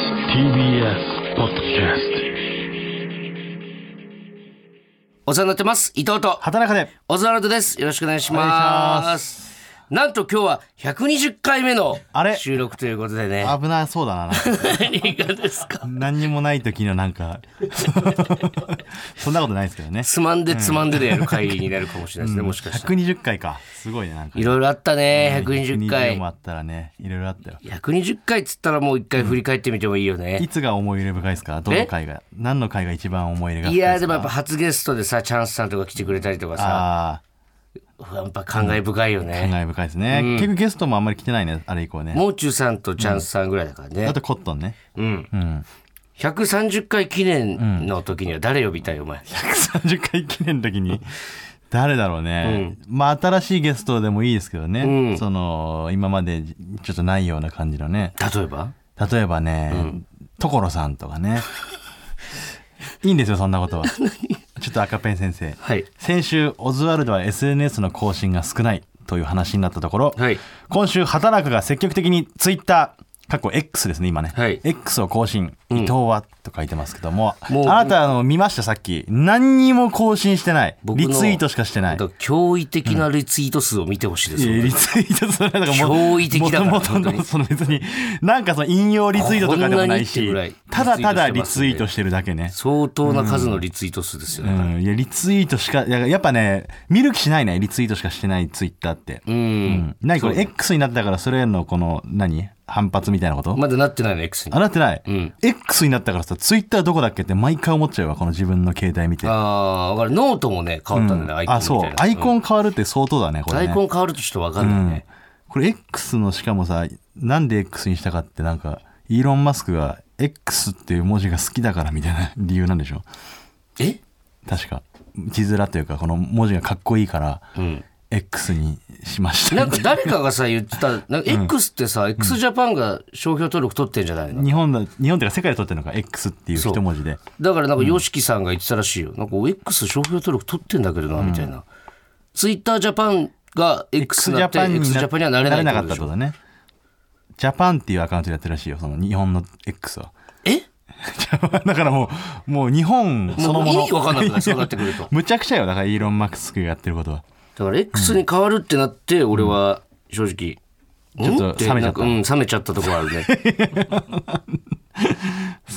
TBS ポッドキャスお世話になってます伊藤と働かでオズワルドですよろしくお願いしおま願いしますなんと今日は120回目のあれ収録ということでね 危なそうだななんか何がですか何にもない時のなんかそんなことないですけどねつまんでつまんででやる会になるかもしれないですね、もしかしたら120回かすごいねなんかいろいろあったね120 120も回あったらねいろいろあったよ120回っつったらもう一回振り返ってみてもいいよねいつが思い入れ深いですかどの回が何の回が一番思い入れが深いいやーすでかもやっぱ初ゲストでさチャンスさんとか来てくれたりとかさあやっぱ感慨深いよあ感ね慨深いですね、結局ゲストもあんまり来てないねあれ以降ねもう中さんとチャンスさんぐらいだからねあとコットンねうんうん130回記念の時には誰呼びたいお前130回記念の時に誰だろうね、まあ新しいゲストでもいいですけどね、うんその今までちょっとないような感じのね例えば例えばね、所さんとか ねいいんですよそんなことはちょっと赤ペン先生はい先週オズワルドは SNS の更新が少ないという話になったところ、はい今週働くが積極的にツイッターかっこ X ですね今ね、はい X を更新、伊藤はと書いてますけどももうあなたあの見ましたさっき何にも更新してない僕のリツイートしかしてないだから驚異的なリツイート数を見てほしいですいよやねリツイートそれなんか驚異的だからもと本当もにとその別になんかその引用リツイートとかでもないこんしなにってぐらいただただリリツツイイーートトしてるだけね相当な数のリツイート数ですようねんいやリツイートしかいややっぱね見る気しないねリツイートしかしてないツイッターって、うん、何こそうれ X になったからそれへのこの何反発みたいなこと、まだなってないの X にあなってない、ん X になったからさツイッターどこだっけって毎回思っちゃうわこの自分の携帯見てああ、だからノートもね、変わったんだね、アイコンあみたいそうな。アイン、コン変わるって相当だねこれねアイコン変わるとちょっとわかんないね。これ X のしかもさなんで X にしたかってなんかイーロン・マスクが X っていう文字が好きだからみたいな理由なんでしょえ確か字面というかこの文字がかっこいいから、X にしましたなんみたかい誰かがさ、言ってた、なんか X ってさ、X ジャパンが商標登録取ってんじゃないなの日本だ日本っていうか世界で取ってるのか X っていうそう一文字でだからなんか YOSHIKI さんが言ってたらしいよ。なんか X 商標登録取ってんだけどな、みたいな。ツイッタージャパンが X になって、X ジャパンにはなれないなかっってたここととだねジャパンっていうアカウントでやってるらしいよその日本の X はでしょ だからもうもう日本えそのもうもの意味わかんなくないそうなってくる と。むちゃくちゃよだからイーロン・マスクがやってることは。だから X に変わるってなって、俺は正直、ちょっとんて冷めちゃったなんかうん、冷めちゃったところある ね。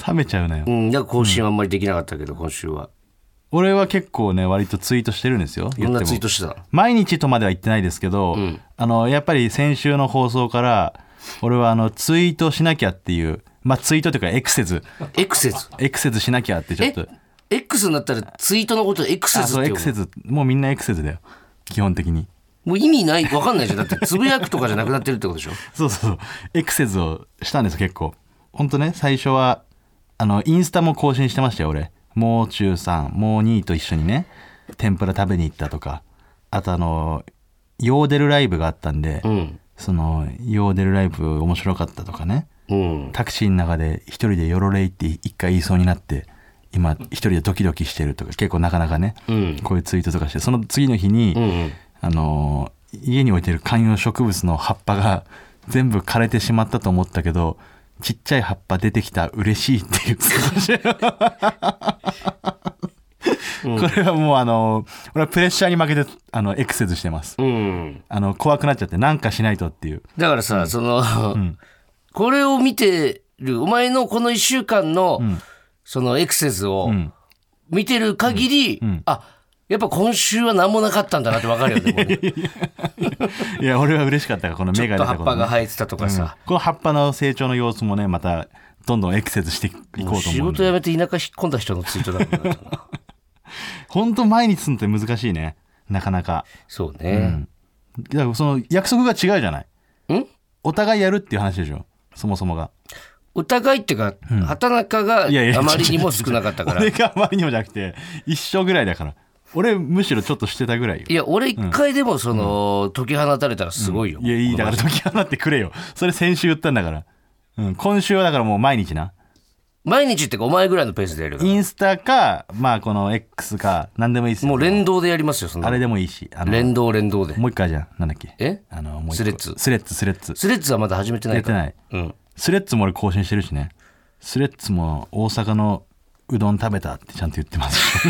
冷めちゃうなよ、うん、だから更新はあんまりできなかったけど、今週は。俺は結構ね割とツイートしてるんですよど言んっなてツイーもトしてたの毎日とまでは言ってないですけど、あのやっぱり先週の放送から俺はあのツイートしなきゃっていうまあツイートというかエクセズエクセズ。エクセズしなきゃってちょっえと X になったらツイートのことエクセあズそっうてエ呼クセぶズもうみんなエクセズだよ基本的にもう意味ないわかんないじゃんだってつぶやくとかじゃなくなってるってことでしょそうそうそうエクセズをしたんですよ結構ほんとね最初はあのインスタも更新してましたよ俺もう中さんもう兄と一緒にね天ぷら食べに行ったとかあとあのヨーデルライブがあったんで、うんそのヨーデルライブ面白かったとかねうんタクシーの中で一人で「よろれい」って一回言いそうになって今一人でドキドキしてるとか結構なかなかね、うんこういうツイートとかしてその次の日に、うんあの家に置いてる観葉植物の葉っぱが 全部枯れてしまったと思ったけどちっちゃい葉っぱ出てきた嬉しいっていうこれはもうあの俺はプレッシャーに負けてあのエクセズしてますうんあの怖くなっちゃってなんかしないとっていうだからさ、その、これを見てるお前のこの1週間の、そのエクセズをん見てる限り、あやっぱ今週は何もなかったんだなってわかるよねも うねいや俺は嬉しかったからこのちょ芽っが出とた葉こっとぱねが生えてたとかさ、この葉っぱの成長の様子もねまたどんどんエクセズしていこうともう思仕うん事で辞めて田舎引っ込んだ人のツイートだもん な本当毎日するのって難しいねなかなかそうね、だからその約束が違うじゃないんお互いやるっていう話でしょそもそもがお互いっていうか、畑中があいやいやまりにも少なかったから。俺があまりにもじゃなくて一生ぐらいだから俺むしろちょっとしてたぐらいよいや、俺一回でもその、解き放たれたらすごいよ。いやいいだから解き放ってくれよそれ先週言ったんだから、うん、今週はだからもう毎日な毎日ってかお前ぐらいのペースでやるからインスタかまあこの X か何でもいいっすよもう連動でやりますよ、そんなあのれでもいいしあの連動連動で。もう一回じゃんなんだっけえあのもう一個スレッズスレッズスレッズスレッズはまだ始めてなやいっかてら。ないうん。スレッズも俺更新してるしねスレッズも大阪のうどん食べたってちゃんと言ってます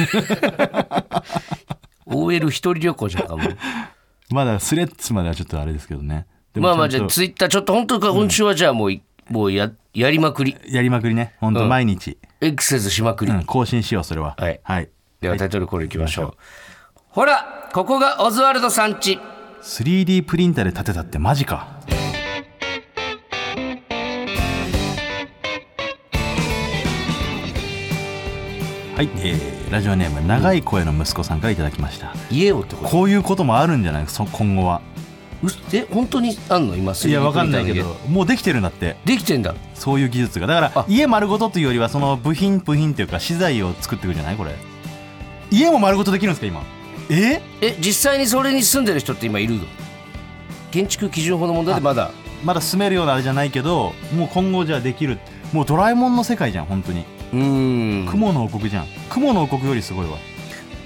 OL 一人旅行じゃんかもうまだスレッズまではちょっとあれですけどねでもまあまあちじゃんあとツイッターちょっと本当か今週はじゃあもうい、もうややりまくりやりまくりね本当毎日、エクセスしまくり、うん更新しようそれははいはい、ではタイトルコールいきましょう、ほらここがオズワルドさんち 3D プリンターで建てたってマジかはい、えーラジオネーム長い声の息子さんからいただきました、家をってことこういうこともあるんじゃないそ今後はうすえ本当にあんの今いやわかんないけ 3D プリンターのどもうできてるんだって家できてんだそういう技術がだからあ家丸ごとというよりはその部品部品というか資材を作っていくんじゃないこれ家も丸ごとできるんですか今ええ実際にそれに住んでる人って今いるの建築基準法の問題でまだまだ住めるようなあれじゃないけどもう今後じゃあできるもうドラえもんの世界じゃん本当にうーん雲の王国じゃん雲の王国よりすごいわ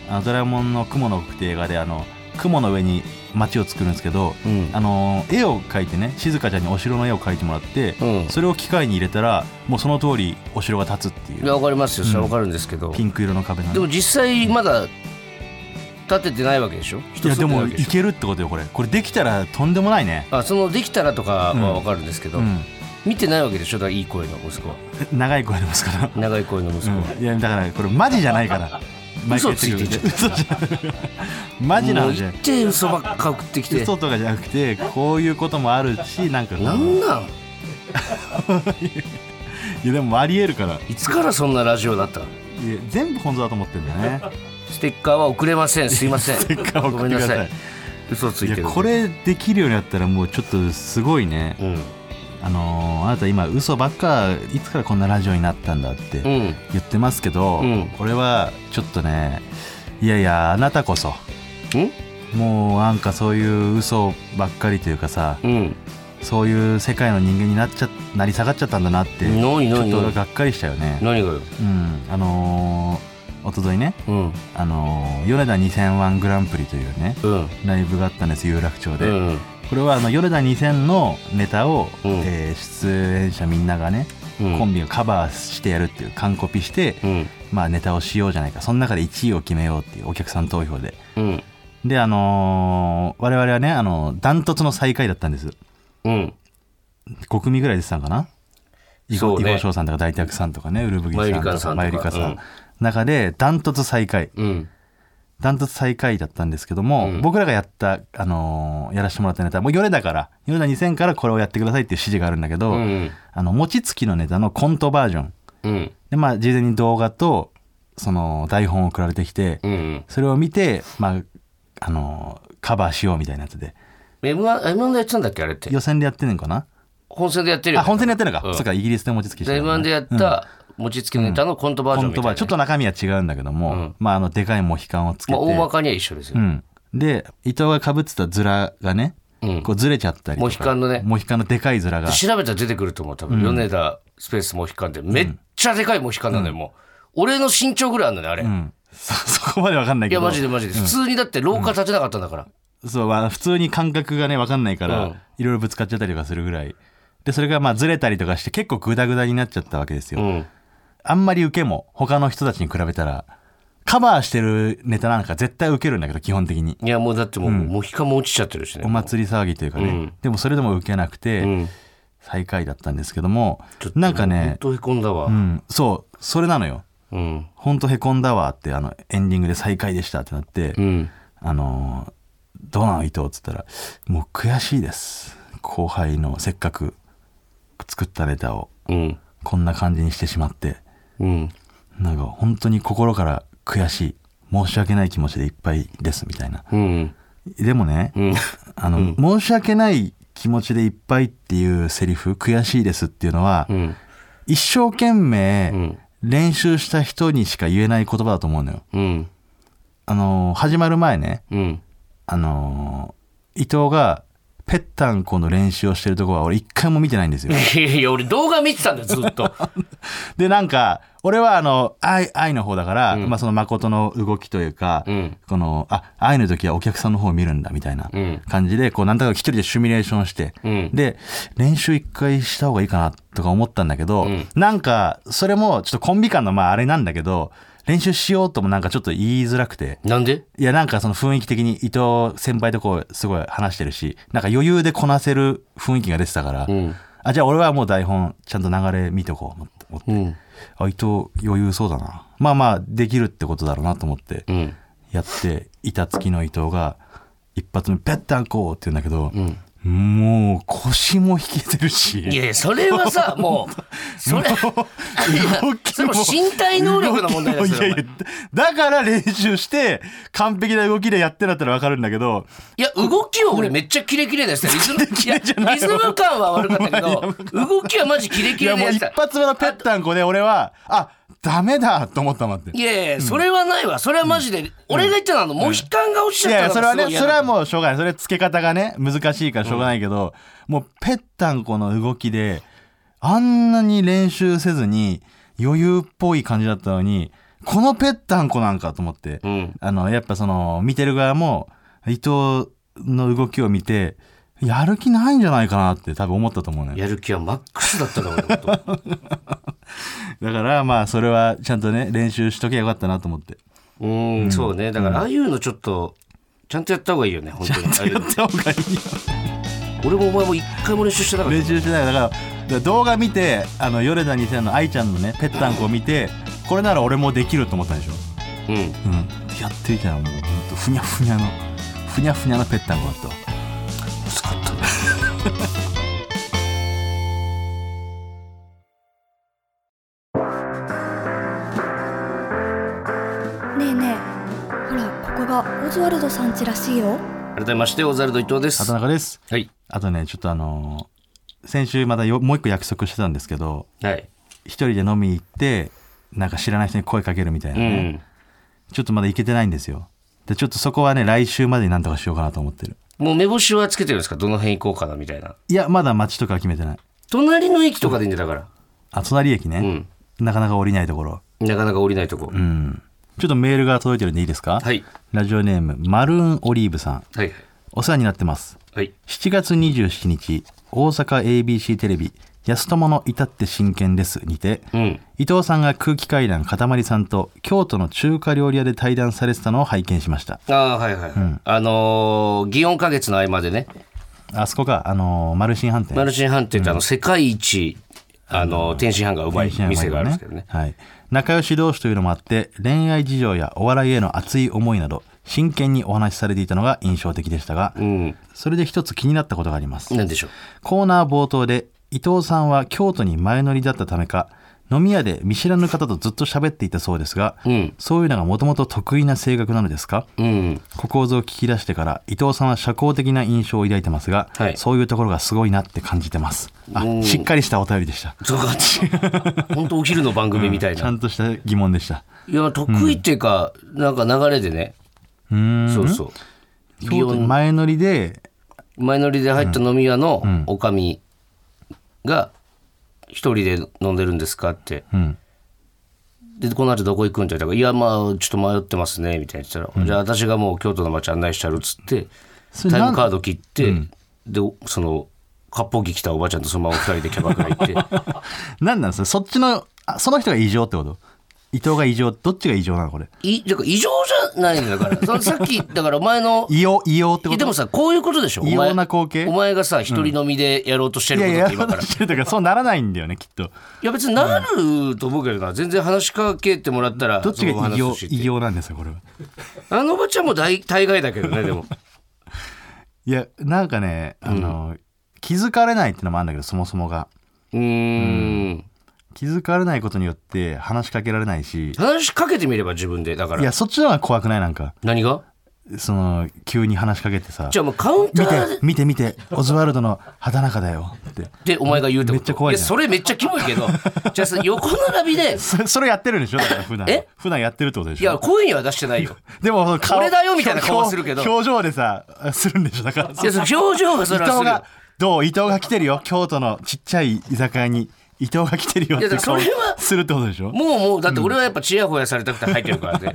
あのドラえもんの雲の王国って映画であの雲の上に街を作るんですけどうんあの絵を描いてね静香ちゃんにお城の絵を描いてもらって、うんそれを機械に入れたらもうその通りお城が建つっていいやうわかりますよそれはわかるんですけど、ピンク色の壁なでのも実際まだ建ててないわけでしょい人やで住んでなもいわけでいしょけるってことよこれこれできたらとんでもないね、あそのできたらとかはわかるんですけど、うん、見てないわけでしょだからいい声の息子は長い声でますから長い声の息子は、うんいやだからこれマジじゃないから毎回言ってるけど嘘じゃんマジなものうじゃ言んって嘘ばっか送ってきて嘘とかじゃなくてこういうこともあるしなんかこうなんなんいやでもありえるからいつからそんなラジオだったいや全部本当だと思ってんだよ ねステッカーは送れませんすいませんステッカーご送めってんなくだささいい嘘ついいてやるこれできるようになったらもうちょっとすごいねうんあのーあなた今嘘ばっかいつからこんなラジオになったんだってうん言ってますけど、うんこれはちょっとねいやいやあなたこそうんもうなんかそういう嘘ばっかりというかさうんそういう世界の人間になっちゃなり下がっちゃったんだなってちょ何っと何何俺がっかりしたよね何がようんあのー、一昨日ねうんあのー、ヨネダ2001グランプリというねうんライブがあったんです有楽町うで、んこれはあのヨネダ2000のネタを、うんえー出演者みんながね、うんコンビがカバーしてやるっていう完コピして、うんまあネタをしようじゃないかその中で1位を決めようっていうお客さん投票でうんであのー我々はねあのダントツの最下位だったんですうん5組ぐらい出てたんかな囲そ碁うね翔さんとか大拓さんとかねウルブギマユリさんカとさかんとかマユリカさんうん中でダントツ最下位うんダントツ最下位だったんですけども、うん僕らがやった、あのーやらせてもらったネタもうヨネだからヨネダ2000からこれをやってくださいっていう指示があるんだけど、うんあの餅つきのネタのコントバージョンうんでまあ事前に動画とその台本を送られてきて、うんそれを見てまああのーカバーしようみたいなやつで M1 M1 でやってたんだっけあれって予選でやってんのかな本戦でやってるよあ本戦でやってるのか、うんそっかイギリスで餅つきしてでのね M1 でやった餅つきのネタのコントバージョン本み当たいなはねちょっと中身は違うんだけども、うんまああのでかいモヒカンをつけまて、あ大まかには一緒ですうよん、で伊藤がかぶってたズラがね、うんこうずれちゃったりとかモヒカンのねモヒカンのでかいズラが調べたら出てくると思う多分米田スペースモヒカンでめっちゃでかいモヒカンなのよもう俺の身長ぐらいあるのねあれういんそ そこまでわかんないけやどマジでマジで普通にだって廊下立てなかったんだからそう、まあ、普通に感覚がねわかんないから、うんいろいろぶつかっちゃったりとかするぐらいでそれがまあずれたりとかして結構グダグダになっちゃったわけですよ、うんあんまり受けも他の人たちに比べたらカバーしてるネタなんか絶対受けるんだけど基本的にいやもうだってもうモヒカンも落ちちゃってるしねお祭り騒ぎというかね、うんでもそれでも受けなくて、うん最下位だったんですけどもちょっとなんかほんね、とへこんだわうん、そうそれなのようん「ほんとへこんだわ」ってあのエンディングで最下位でしたってなって、うんあのーどうなの伊藤?」っつったら「もう悔しいです後輩のせっかく作ったネタをうんこんな感じにしてしまってうんなんか本当に心から悔しい申し訳ない気持ちでいっぱいです」みたいなうんでもね、うんあの、申し訳ない気持ちでいっぱいっていうセリフ、悔しいですっていうのは、うん一生懸う命ん練習した人にしか言えない言葉だと思うのよ。うんあの、始まる前ね、うんあの、伊藤がぺったんこの練習をしてるとこは俺一回も見てないんですよい やいや俺動画見てたんだよずっとでなんか俺はあの愛愛の方だから、まあ、その誠の動きというか、んこのあ愛の時はお客さんの方を見るんだみたいなん感じで、こうなんとなく一人でシミュレーションして、んで練習一回した方がいいかなとか思ったんだけど、なんかそれもちょっとコンビ間のまああれなんだけど練習しようともなんかちょっと言いづらくて。なんでいやなんかその雰囲気的に伊藤先輩とこうすごい話してるしなんか余裕でこなせる雰囲気が出てたから、んあじゃあ俺はもう台本ちゃんと流れ見とこうと思って、うんあ伊藤余裕そうだなまあまあできるってことだろうなと思ってうんやって板付きの伊藤が一発目「ぺったんこう」って言うんだけど、もう腰も引けてるし いやいやそれは さもう それ動きそれも身体能力の問題だよいそやれいはやだから練習して完璧な動きでやってなったら分かるんだけどいや動きは俺めっちゃキレキレでしたリズムいやリズム感は悪かったけど動きはマジキレいキレやでもうやって一た発目のぺったんこで俺はあダメだと思ったもんっていやいやそれはないわそれはマジで俺が言ってたのはモヒカンが落ちちいゃやいっやたそのれはがすごねい嫌それだはったもうしょうがないそれ付け方がね難しいからしょうがないけど、もうぺったんこの動きであんなに練習せずに余裕っぽい感じだったのにこのぺったんこなんかと思って、んあのやっぱその見てる側も伊藤の動きを見てやる気ないんじゃないかなって多分思ったと思うねやる気はマックスだったな俺のことだからまあそれはちゃんとね練習しときゃよかったなと思 ってうん、そうねだからああいうのちょっとちゃんとやった方がいいよね本当にああいうやのった方がいいよ俺もお前も一回も練習してなかっ た練習してないだからだから動画見てあの米田2000の愛ちゃんのねぺったんこを見てこれなら俺もできると思ったでしょ、うんうん、やってみたらもうほんとふにゃふにゃのふにゃふにゃのぺったんこだったわ薄かったなねえねえほらここがオズワルドさん家らしいよ改めましてオザルド伊藤です畑中ですはいあとねちょっとあのー先週またよもう一個約束してたんですけどはい一人で飲み行ってなんか知らない人に声かけるみたいなうね、んちょっとまだ行けてないんですよでちょっとそこはね来週までになんとかしようかなと思ってるもう目星はつけてるんですかどの辺行こうかなみたいないやまだ街とかは決めてない隣の駅とかでいいんだよだかあ隣駅らうね、んなかなか降りないところなかなか降りないとこ、うんちょっとメールが届いてるんでいいですか、はいラジオネームマルーンオリーブさんはいお世話になってますはい7月27日大阪 ABC テレビ「安友の至って真剣です」にて、うん伊藤さんが空気階段かたまりさんと京都の中華料理屋で対談されてたのを拝見しましたああはいはい、あのー、祇園花月の合間でねあそこがあのーマルシン飯店マルシン飯店ってあの世界一あの天津飯がうまい店があるんですけどねはい、仲良し同士というのもあって恋愛事情やお笑いへの熱い思いなど真剣にお話しされていたのが印象的でしたが、うんそれで一つ気になったことがありますなんでしょうコーナー冒頭で伊藤さんは京都に前乗りだったためか飲み屋で見知らぬ方とずっと喋っていたそうですが、うんそういうのがもともと得意な性格なのですかうんここぞを聞き出してから伊藤さんは社交的な印象を抱いてますが、はいそういうところがすごいなって感じてますあうんしっかりしたお便りでしたそう か本当お昼の番組みたいちな、ゃんとした疑問でしたいや得意っていうか、なんか流れでねうーんそうそう祇京都に園前乗りで前乗りで入った飲み屋のおかみが「一人で飲んでるんですか?」ってうん「でこの後どこ行くん?」って言ったから「いやまあちょっと迷ってますね」みたいに言ったら「じゃあ私がもう京都の街案内してやる」っつってそれタイなんムカード切って、でその割烹着着たおばちゃんとそのまま二人でキャバクラ行って何なんですかそっちのあその人が異常ってこと伊藤が異常どっちが異常なのこれい だから異常じゃないんだからそのさっきだからお前の異様異様っていことやでもさこういうことでしょお前異様な光景お前がさ一人飲みでやろうとしてるいこやといっやて今から。してるとかそうならないんだよねきっと いや別になると思うけどな、全然話しかけてもらったらどっちそのが話異様すしって異様なんですかこれはあのおばちゃんも大大概だけどねでも いやなんかねあの、気づかれないってのもあるんだけどそもそもがうーん気づかれないことによって話しかけられないし話しかけてみれば自分でだかいらやそっちの方が怖くないなんか何がその急に話しかけてさじゃあもうカウンタ見ーて見て見てオズワルドの畑中だよってでお前が言うってめことっちゃ怖いじゃんやそれめっちゃキモいけどじゃあさ横並びでそそれやってるんでしょだから普段え普段やってるってことでいしょや声には出してないよでもその顔俺だよみたいな顔はするけど表表情でさするんでしょだからいやその表情が伊そ藤れはするよがどう伊藤が来てるよ京都のちっちゃい居酒屋に伊藤が来てるよっいやてだから顔それはするってことでしょもうもうだって俺はやっぱちやほやされたくて入ってるから ね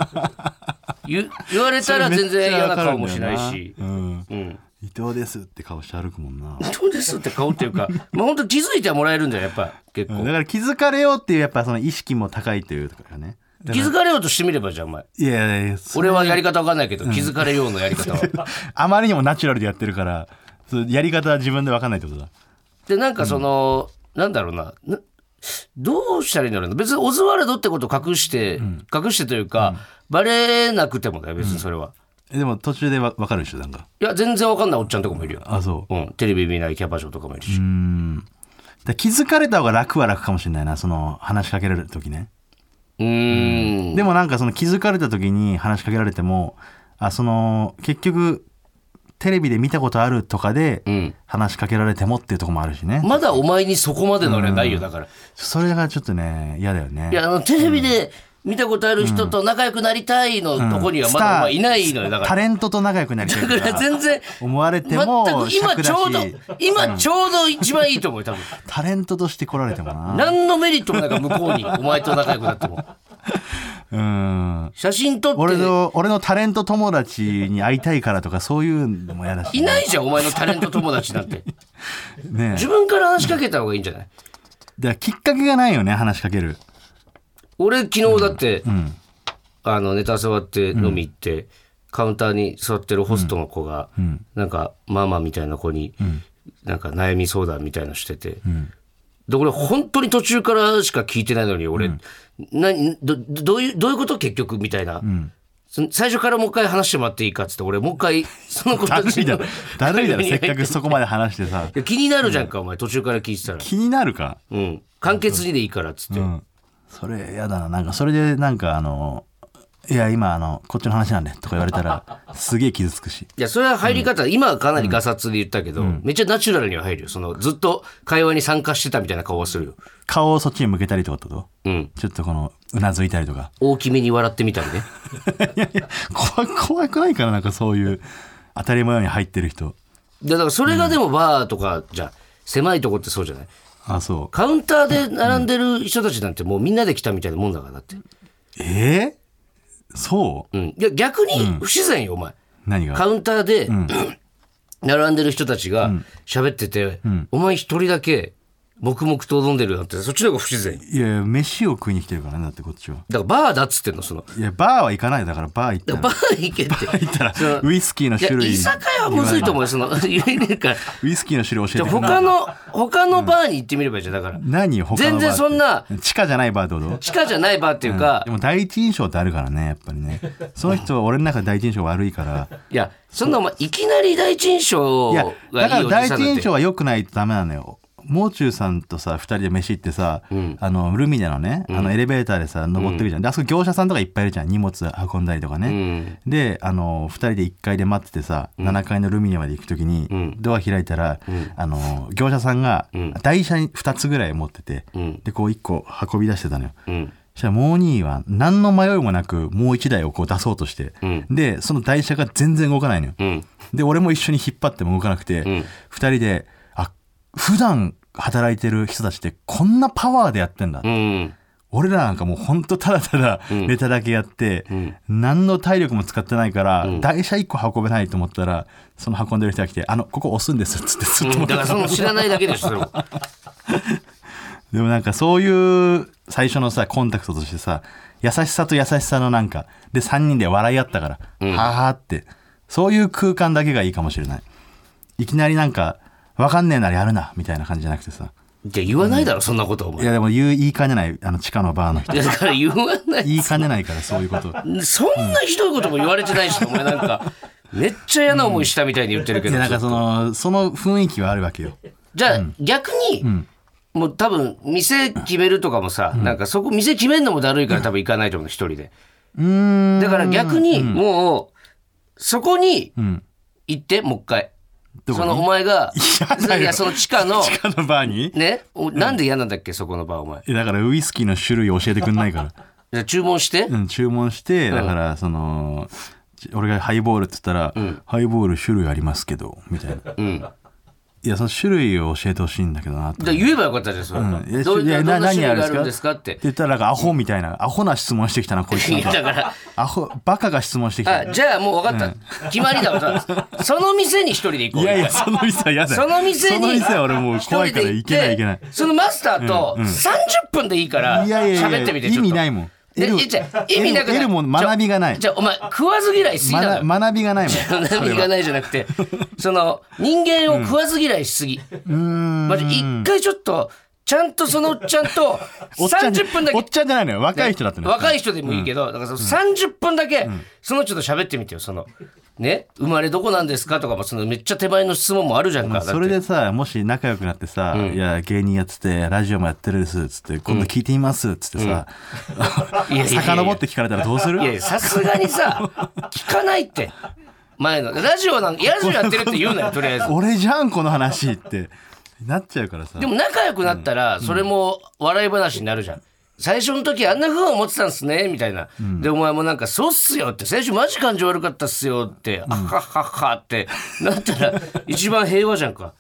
言言われたら全然嫌な顔もしないしうんうん伊藤ですって顔して歩くもんな本当ですって顔っていう かまあ本当気づいてはもらえるんだよやっぱ結うん構だから気づかれようっていうやっぱその意識も高いというかねだか気らづかれようとしてみればじゃあお前いやいやいやそれ俺はやり方わかんないけど気づかれようのやり方はあまりにもナチュラルでやってるからそのやり方は自分で分かんないってことだでなんかその、なんだろうななどうしたらいいんだろうな別にオズワルドってこと隠して、隠してというか、バレなくてもだよ別にそれは、えでも途中でわ分かるでしょなんかいや全然わかんないおっちゃんとかもいるよ、あそううん、テレビ見ないキャバ嬢とかもいるし、うんだから気づかれた方が楽は楽かもしれないなその話しかけられる時ねうーん。でもなんかその気づかれた時に話しかけられてもあその結局テレビで見たことあるとかでうん話しかけられてもっていうところもあるしね、まだお前にそこまでの俺はないよだから。それがちょっとね嫌だよねいや、あの、テレビで見たことある人と仲良くなりたいのとこにはまだお前いないのよだタかレントと仲良くなりたいら。だから 全然、思われて全くも今尺だちしょうど、今ちょうど一番いいと思うよ多分。タレントとして来られてもな何のメリットもないから向こうに、お前と仲良くなっても。うん写真撮って俺、の俺のタレント友達に会いたいからとかそういうのも嫌だし、いないじゃん、お前のタレント友達なんて。ね自分から話しかけた方がいいんじゃないだからきっかけがないよね話しかける俺昨日だって、あのネタ座って飲み行って、カウンターに座ってるホストの子が、なんかママみたいな子に、なんか悩み相談みたいのしてて、で俺本当に途中からしか聞いてないのに俺、などどういうどういうこと結局みたいな。そ最初からもう一回話してもらっていいかっつって俺もう一回その 子だたるちいだのろだるいだろ会話にせ入っかくそこまで話してさい や気になるじゃんか、お前途中から聞いてたら、気になるかうん、簡潔にでいいからっつって、うんそれやだななんかそれでなんかあの「いや今あのこっちの話なんで」とか言われた らすげえ傷つくしいや、それは入り方、今はかなりガサツで言ったけど、めっちゃナチュラルには入るよ。その、ずっと会話に参加してたみたいな顔はするよ。顔をそっちに向けたりとかってことうん。ちょっとこのうなずいたりとか 大きめに笑ってみたりね。 いやいや怖怖くないからなんかそういう当たり前のように入ってる人でだから、それがでもバーとか、じゃあ狭いとこってそうじゃないあそうカウンターで並んでる人たちなんてもうみんなで来たみたいなもんだから、だって。えー、そううん。いや、逆に不自然よ、お前。何がカウンターで、 並んでる人たちが喋ってて、お前一人だけ黙々と飲んでるなんて、そっちの方が不自然よいやいや飯を食いに来てるからねだってこっちはだからバーだっつってんの、その。いやバーは行かないよだからバー行っただらからバー行けって。行ったそのらウイスキーの種類いや居酒屋はむずいと思うよその言えねえからウイスキーの種類じ教ゃえあてくれ他の他のバーに行ってみればいいじゃんだから何よ他のバー全然そんなって地下じゃないバーってこと地下じゃないバーっていうか、でも第一印象ってあるからねやっぱり ねその人は俺の中で第一印象悪いからいやそんなお前いきなり第一印象いやがだかいいらお第じさん一だっ印て象は良くないとダメなのよもう中さんとさ2人で飯行ってさ、あのルミネのねあのエレベーターでさ登ってるじゃん、であそこ業者さんとかいっぱいいるじゃん荷物運んだりとかね、であの2人で1階で待っててさ、7階のルミネまで行く時に、ドア開いたら、あの業者さんが台車に2つぐらい持ってて、でこう1個運び出してたのよ、うんそしたらモーニーは何の迷いもなくもう1台をこう出そうとして、でその台車が全然動かないのよ、うんで俺も一緒に引っ張っても動かなくて、二人であ普段働いてる人たちってこんなパワーでやってんだ、うん俺らなんかもうほんとただただネタだけやって、何の体力も使ってないから、台車1個運べないと思ったらその運んでる人が来て「あのここ押すんです」っつってずっとだからその知らないだけでしょそれはでもなんかそういう最初のさコンタクトとしてさ優しさと優しさのなんかで3人で笑い合ったから、はあってそういう空間だけがいいかもしれないいきなりなんか分かんねえならやるなみたいな感じじゃなくてさじゃあ言わないだろそんなことおい前いやでも言う言いかねないあの地下のバーの 人やだから言わない言いかねないからそういうことそんなひどいことも言われてないしお前なんかめっちゃ嫌な思いしたみたいに言ってるけいどやなんかそのその雰囲気はあるわけよじゃあ、逆に、もう多分店決めるとかもさ、なんかそこ店決めるのもだるいから多分行かないと思う一人で。だから逆にもう、そこにうん。行って、もう一回。どこにそのお前が、嫌だよいや、その地下の、地下のバーにね、おなんで嫌なんだっけ、そこの場、お前。えだからウイスキーの種類教えてくんないから。じゃあ注文して、うん、注文して、だから、その、ち俺がハイボールって言ったら、ハイボール種類ありますけど、みたいな。うん。じゃいや、その種類を教えてほしいんだけどなと。あ言えばよかったじゃん、それ。うんえどういどやんなな種類何がああるるんでんですすかかっってて。言ったら、なんかアホみたいな、アホな質問してきたな、こいつなんか。だから、アホ、バカが質問してきた。あ、じゃあもう分かった。決まり だわ。その店に一人で行こう。いやいや、その店は嫌だよ。その店にその店は俺もう怖いから行けない行けない。そのマスターと30分でいいからいやいやいや喋ってみてちょっと意味ないもんで得るいやじゃあ意味なくない得るもん学びがないじゃあじゃあお前食わず嫌いしすぎだ学ろ学びがないもん。 学びがないじゃなくてその人間を食わず嫌いしすぎまじ一回ちょっとちゃんとそのおっちゃんとおっちゃんじゃ30分だおっけちゃんじゃないのよ。若い人だってね。若い人でもいいけど、だからその30分だけ、その人と喋ってみてよ、その、ね、生まれどこなんですかとかも、そのめっちゃ手前の質問もあるじゃんか。それだでってさもし仲良くなってさ「いや芸人やっててラジオもやってるです」つって「今度聞いてみます」つってさ、 いやいやいやいや遡って聞かれたらどうするいやいや、さすがにさ、聞かないって。前の、ラジオなんラジオやってるって言うなよ、とりあえず。俺じゃんこの話ってなっちゃうからさでも仲良くなったら、それも笑い話になるじゃん。最初の時あんな風に思ってたんすねみたいな、でお前もなんか「そうっすよ」って「最初マジ感情悪かったっすよ」って「あははは」ってなったら一番平和じゃんか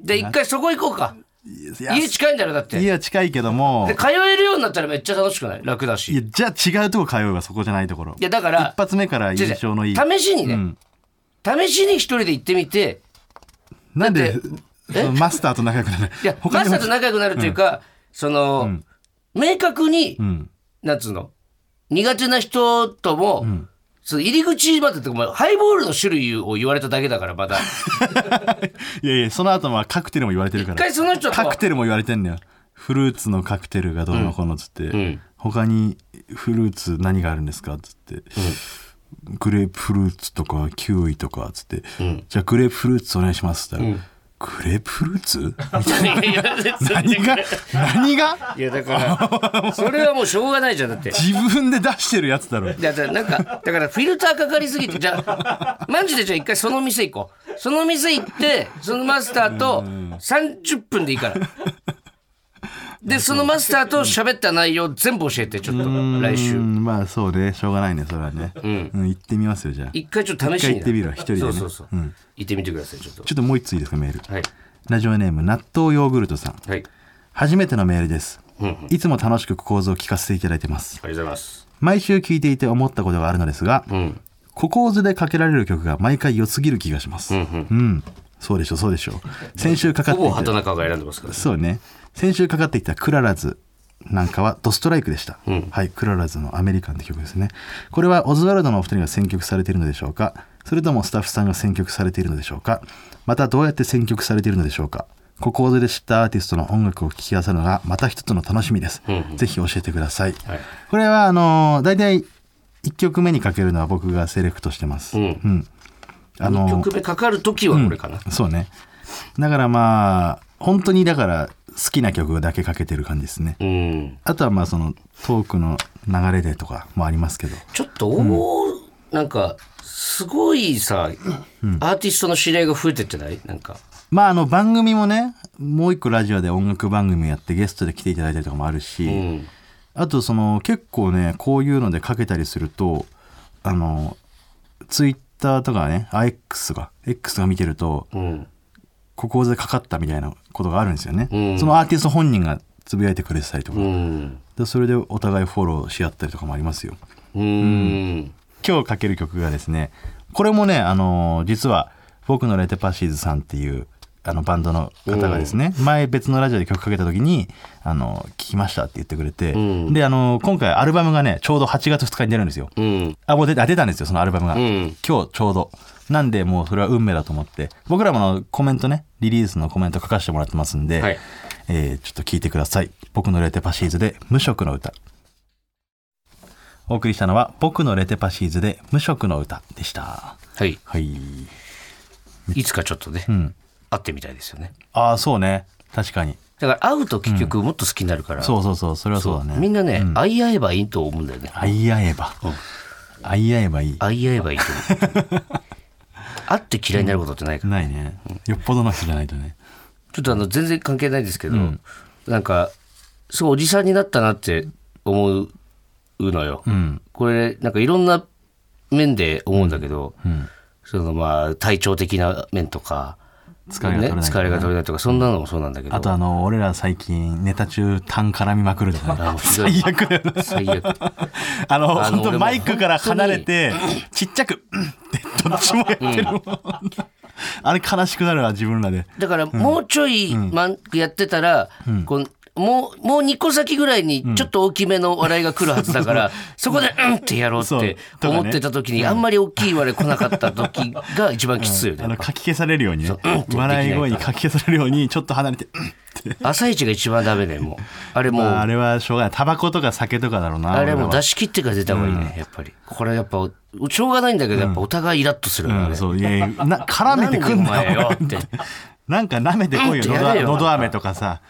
で一回そこ行こうかいや家近いんだろだって家は近いけどもで通えるようになったらめっちゃ楽しくない楽だいしやいじゃあ違うとこ通うがそこじゃないところやだから一発目から違う違う印象のいい試しにね、試しに一人で行ってみてなんでだってえそのマスターと仲良くなるいやマスターと仲良くなるというか、その、明確に、んなんつうの苦手な人とも、その入り口までってお前ハイボールの種類を言われただけだから まだいやいやその後はカクテルも言われてるか一ら回その人とカクテルも言われてんのよフルーツのカクテルがどうのこうのっつって、ん他にフルーツ何があるんですかっつって、グレープフルーツとかキウイとかっつって、じゃあグレープフルーツお願いしますっつったら、グレープフルー ツいやいや何が何がいやだからそれはもうしょうがないじゃんだって自分で出してるやつだろだからなんかだからフィルターかかりすぎてじゃあマジでじゃあ一回その店行こうその店行ってそのマスターと30分でいいからでそのマスターと喋った内容全部教えてちょっと来週うんまあそうねしょうがないねそれはね、うん行ってみますよじゃあ一回ちょっと試しに一回行ってみろ一人でねそうそうそう、行ってみてくださいちょっとちょっともう一ついいですかメール、はいラジオネーム納豆ヨーグルトさんはいありが初めてのメールです、うんうんいつも楽しく構造を聞かせていただいてますとうございます毎週聞いていて思ったことがあるのですが、んココーズでかけられる曲が毎回良すぎる気がしますうん、そうでしょうそうでしょう先週かかっほていぼ畑た中が選んでますからそうね先週かかってきたクララズなんかはドストライクでした、はいクララズのアメリカンって曲ですねこれはオズワルドのお二人が選曲されているのでしょうかそれともスタッフさんが選曲されているのでしょうかまたどうやって選曲されているのでしょうかここで知ったアーティストの音楽を聴き出せるのがまた一つの楽しみです、ぜひ教えてください、はいこれはあのー大体1曲目にかけるのは僕がセレクトしてます、うんあのー1曲目かかる時はこれかな、そうねだからまあ本当にだから好きな曲だけかけてる感じですねうんあとはまあそのトークの流れでとかもありますけどちょっと、おーなんかすごいさ、アーティストの知り合いが増えてってないなんかまああの番組もねもう一個ラジオで音楽番組やってゲストで来ていただいたりとかもあるし、うんあとその結構ねこういうのでかけたりするとあのツイッターとかね IX が X が見てるとうんここでかかったみたいなことがあるんですよね、うんそのアーティスト本人がつぶやいてくれてたりとか、うんでそれでお互いフォローし合ったりとかもありますようん今日かける曲がですねこれもね、あのー実は僕のレテパシーズさんっていうあのバンドの方がですね、前別のラジオで曲かけた時に「あのー聞きました」って言ってくれて、うんで、あのー今回アルバムがねちょうど8月2日に出るんですようんあもう出たあ出たんですよそのアルバムが、うん今日ちょうどなんでもうそれは運命だと思って僕らもあのコメントねリリースのコメント書かせてもらってますんで、はいえーちょっと聞いてください僕のレテパシーズで無職の歌お送りしたのは僕のレテパシーズで無職の歌でしたはいはいいつかちょっとね、うん会ってみたいですよねああそうね確かにだから会うと結局もっと好きになるから、そうそうそうそれはそうだねみんなね、うん会い合えばいいと思うんだよね会い合えば、相合えばいい会い合えばいいと 思う会って嫌いになることってないから、ないねよっぽどの人じゃないとねちょっとあの全然関係ないですけど、なんかすごいおじさんになったなって思うのよ、うんこれなんかいろんな面で思うんだけど、うんそのまあ体調的な面とか疲れが取れないね、疲れが取れないとかそんなのもそうなんだけどあとあの俺ら最近ネタ中痰絡みまくるとかあねひどい最悪だよな最悪あのあの本俺当もマイクから離れてちっちゃくうんってどっちもやってるもん、あれ悲しくなるわ自分らでだからもうちょいマンクやってたら、こうもうもう2個先ぐらいにちょっと大きめの笑いが来るはずだから、 そこで「うん」ってやろうっそうてとかね思ってた時に、あんまり大きい笑い来なかった時が一番きついよねあ。のかき消されるようにねうんってできないから笑い声にかき消されるようにちょっと離れてうん朝一が一番ダメだよもうあれもう、まあ、ああれれはしょうがないタバコとか酒とかだろうなもう出しし切ってから出た方がいいね、やっぱりこれやっぱしょうがないんだけどやっぱお互いイラッとするよね、あうれん、そういやいやな絡めてくんななんでお前よってなんか舐めてこいようんってやれよのど飴とかさ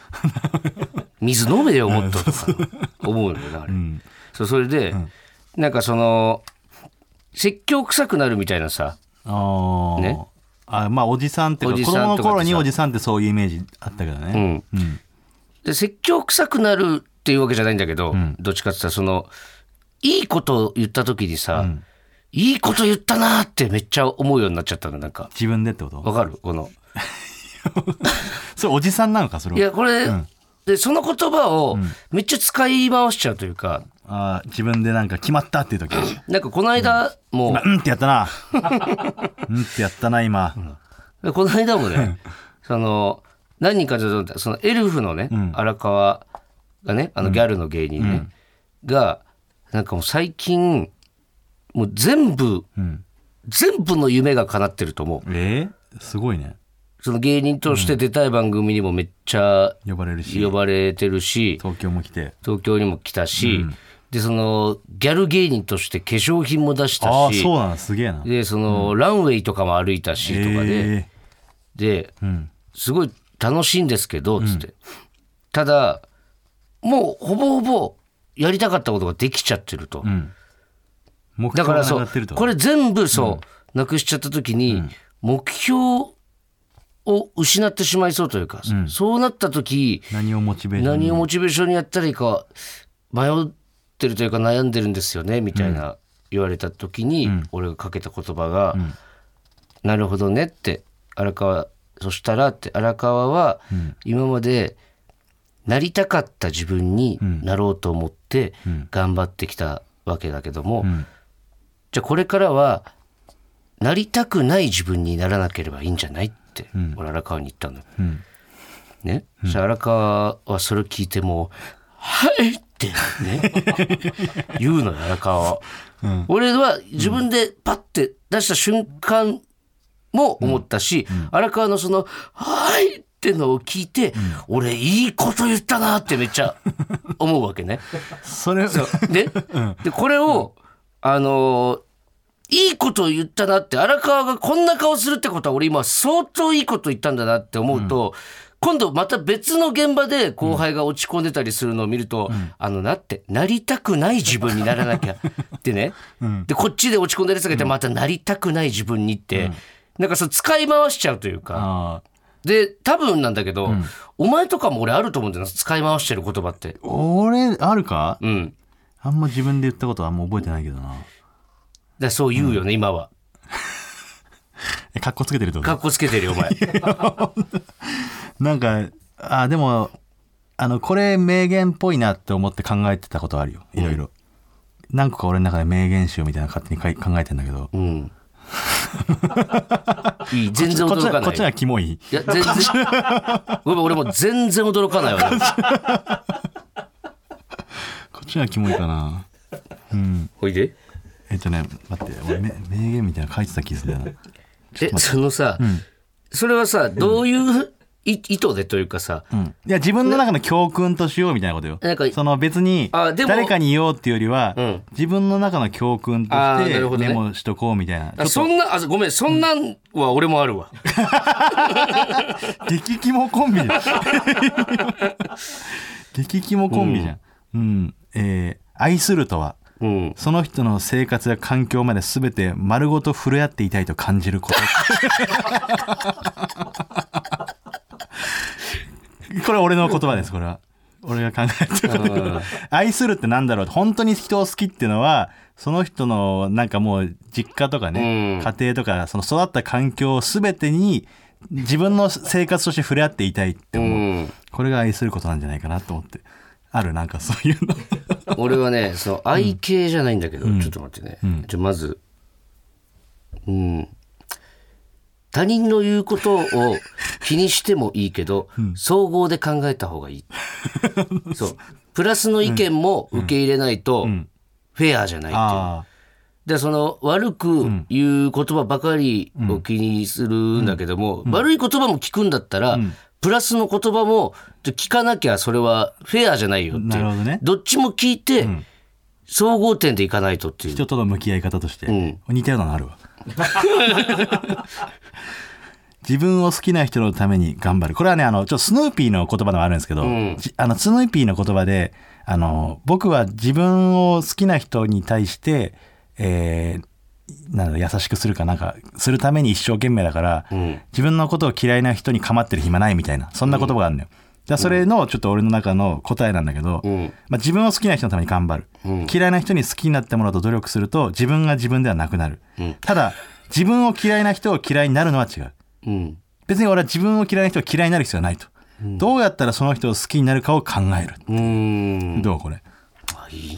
水飲めよもっととか思うよねあれ、そうそれで、なんかその説教臭くなるみたいなさあ、ねね、あまあおじさんっていうかおじ子さん供とかってのさ頃におじさんってそういうイメージあったけどうね、んで説教臭くなるっていうわけじゃないんだけど、どっちかって言ったらそのいいことを言った時にさ、いいこと言ったなーってめっちゃ思うようになっちゃったのなんか自分でってこわとかるこのそれおじさんなのかそれはいやこれ、でその言葉をめっちゃ使い回しちゃうというか、あー自分でなんか決まったっていう時なんかこの間も、今うんってやった なうんってやったな今、でこの間もねその何人かちょっとそのエルフのね、荒川がねあのギャルの芸人ね、がなんかもう最近もう全部、全部の夢が叶ってると思えーすごいねうその芸人として出たい番組にもめっちゃ呼ばれるし呼ばれてるし、東京も来て東京にも来たし、でそのギャル芸人として化粧品も出したああしそうなのすげえなでその、ランウェイとかも歩いたしとかで、えで、すごい楽しいんですけどつって、ただもうほぼほぼやりたかったことができちゃってると、ー目だ標がからなくそなうってるとこれ全部そう、なくしちゃった時に、目標を失ってしまいそうというか、そうなった時何をモチベーションに何をモチベーションにやったらいいか迷ってるというか悩んでるんですよねみたいな言われた時に俺がかけた言葉が「なるほどね」って荒川そしたらって荒川は今までなりたかった自分になろうと思って頑張ってきたわけだけどもじゃあこれからはなりたくない自分にならなければいいんじゃないって俺荒川に言ったのよ。ね、そしたら荒川はそれを聞いても「はい!」ってね言うのよ荒川は、俺は自分でパッて出した瞬間も思ったし、荒川のその「はい!」ってのを聞いて、俺いいこと言ったなってめっちゃ思うわけね。それで,、でこれを、あのーいいことを言ったなって荒川がこんな顔するってことは俺今相当いいこと言ったんだなって思うと、今度また別の現場で後輩が落ち込んでたりするのを見ると、あのなってなりたくない自分にならなき ゃってね、でこっちで落ち込んでるやつがいてまたなりたくない自分にって、なんかそう使い回しちゃうというか。ああで多分なんだけど、お前とかも俺あると思うんだよな使い回してる言葉って。俺あるかうん、だかあんま自分で言ったことはあんま覚えてないけどならそう言うよね、今は。えかっこつけてるってことかっこつけてるよお前なんかあでもあのこれ名言っぽいなって思って考えてたことあるよいろいろ、何個か俺の中で名言集みたいなの勝手にかい考えてんだけどうん いい全然こっち驚かはこなっいちはキモいいや 全然ごめん俺もう全然驚かないわでもこっちはキモいかな ほいでえっとね待って俺、め名言みたいなの書いてた気がするんだよえそのさ、それはさどういうい意図でというかさ、な、いや自分の中の教訓としようみたいなことよなんかその別にあでも誰かに言おうっていうよりは、ん自分の中の教訓とあしーなてるほどねメモしとこうみたいなあそんなあごめんそんなんは俺もあるわ、 激キモコンビ激キモコンビじゃん、うんえー愛するとはうん。その人の生活や環境まで全て丸ごと触れ合っていたいと感じること。これ俺の言葉です、これは。俺が考えてることだけど。愛するってなんだろう本当に人を好きっていうのは、その人のなんかもう実家とかね、うん家庭とか、その育った環境全てに自分の生活として触れ合っていたいってう思う。ん。これが愛することなんじゃないかなと思って。ある、なんかそういうの。俺はね、その愛系じゃないんだけど、ちょっと待ってね。じゃあまず、うん。他人の言うことを気にしてもいいけど、総合で考えた方が いい。そう。プラスの意見も受け入れないと、フェアじゃないっていう。ああ。でその悪く言う言葉ばかりを気にするんだけども、悪い言葉も聞くんだったら、プラスの言葉も聞かなきゃそれはフェアじゃないよってないるうほどね。どっちも聞いて、総合点でいかないとっていう人との向き合い方として、似たようなのあるわ 自分を好きな人のために頑張るこれはねあのちょっとスヌーピーの言葉でもあるんですけど、じあのスヌーピーの言葉であの僕は自分を好きな人に対して、えーなんだ優しくするかなんかするために一生懸命だから、自分のことを嫌いな人に構ってる暇ないみたいなそんな言葉があるのよ、だからそれのちょっと俺の中の答えなんだけど、んまあ、自分を好きな人のために頑張る、嫌いな人に好きになってもらおうと努力すると自分が自分ではなくなる、ただ自分を嫌いな人を嫌いになるのは違ううん別に俺は自分を嫌いな人を嫌いになる必要はないと、どうやったらその人を好きになるかを考える、うーんどうこれあい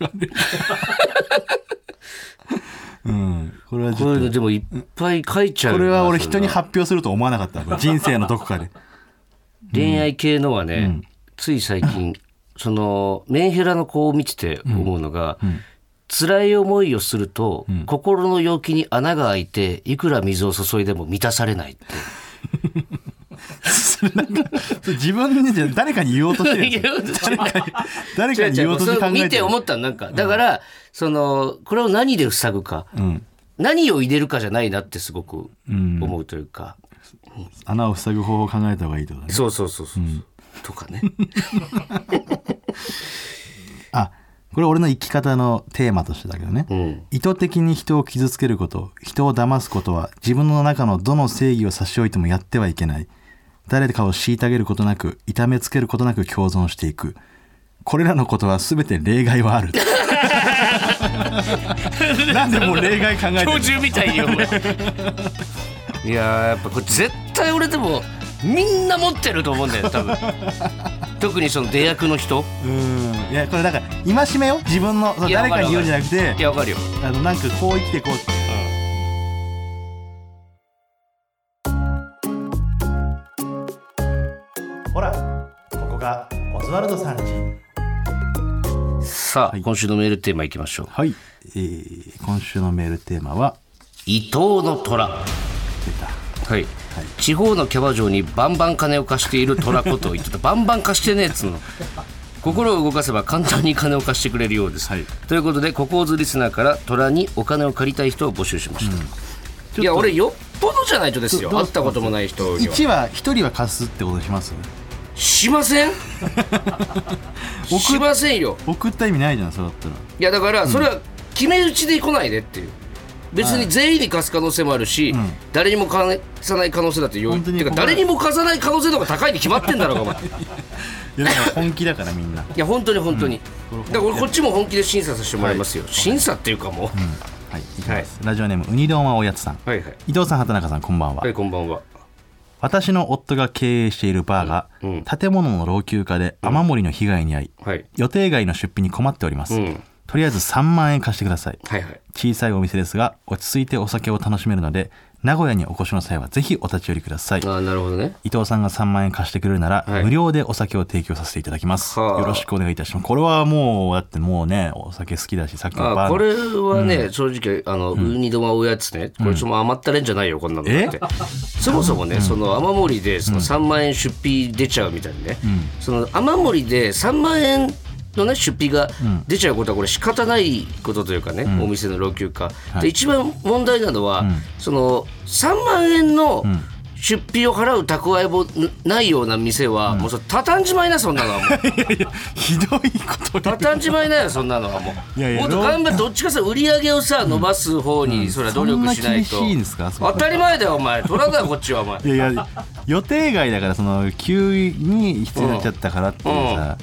いねうんこれはちこょうっいとうのでもいっぱい書いちゃうこなれは俺そ人に発表すると思わなかったこれ人生のどこ かで恋愛系のはね、つい 最近そのメンヘラの子を見てて思うのが、辛い思いをすると、心の陽気に穴が開いていくら水を注いでも満たされないって それなんかそれ自分でじゃ誰かに言おうとしてるやつ誰かに言おうとして考えそれてる見て思ったのなんかだから、そのこれを何で塞ぐか、うん何を入れるかじゃないなってすごくうん思うというか、穴を塞ぐ方法を考えた方がいいってことねそうそうそうそう、とかねあこれ俺の生き方のテーマとしてだけどね、うん意図的に人を傷つけること人を騙すことは自分の中のどの正義を差し置いてもやってはいけない誰かを虐げることなく痛めつけることなく共存していくこれらのことは全て例外はあ るなんでもう例外考えてる教授みたいにお前いやーやっぱこれ絶対俺でもみんな持ってると思うんだよ多分特にその出役の人うんいやこれだから戒めよ自分のそういや誰かに言うんじゃなくていやわかるよあのなんかこう生きていこうってほらここがオズワルドさんちさあ、今週のメールテーマいきましょうはい、えー今週のメールテーマは伊藤の虎は「出たい、地方のキャバ嬢にバンバン金を貸している虎ことを言って たバンバン貸してねえっつうの心を動かせば簡単に金を貸してくれるようです、はいということでここをずリスナーから虎にお金を借りたい人を募集しました、いや俺よっぽどじゃないとですよどう会ったこともない人には1は1人は貸すってことしますしま せんしませんよ送った意味ないじゃんそれだったらいやだからそれは決め打ちで来ないでっていう別に全員に貸す可能性もあるし、誰にも貸さない可能性だってよ本当にてかここは誰にも貸さない可能性の方が高いに決まってんだろうがお前いいやだから本気だからみ んなや本当に本当に、うんだから俺こっちも本気で審査させてもらいますよ、審査っていうかもう、はいいきます、ラジオネームうに丼はおやつさんはいはい伊藤さん畑中さんこんばんははいこんばんは私の夫が経営しているバーが、うん建物の老朽化で雨漏りの被害に遭い、はい予定外の出費に困っております、うんとりあえず3万円貸してくださいはいはい小さいお店ですが落ち着いてお酒を楽しめるので名古屋にお越しの際はぜひお立ち寄りくださいああなるほどね伊藤さんが3万円貸してくれるなら、はい無料でお酒を提供させていただきます、はあよろしくお願いいたしますこれはもうだってもうねお酒好きだしさっきのあバーあのこれはね、正直あの、ウニ玉おやつねこれちょっともう余ったれんじゃないよこんなのだってえそもそもね、その雨漏りでその3万円出費出ちゃうみたいにね、その雨漏りで3万円のね出費が出ちゃうことはこれ仕方ないことというかね、お店の老朽化、で一番問題なのは、その3万円の出費を払う蓄えもないような店は、もうそれ畳んじまいなそんなのはもうひどいこと言う畳んじまいなよそんなのはもういやいやもっと頑張ってどっちかさ売り上げをさ伸ばす方にそれは努力しないと、そんな厳しいんですかそこ当たり前だよお前取らないこっちはお前いやいや予定外だからその急に必要になっちゃったからっていうさ、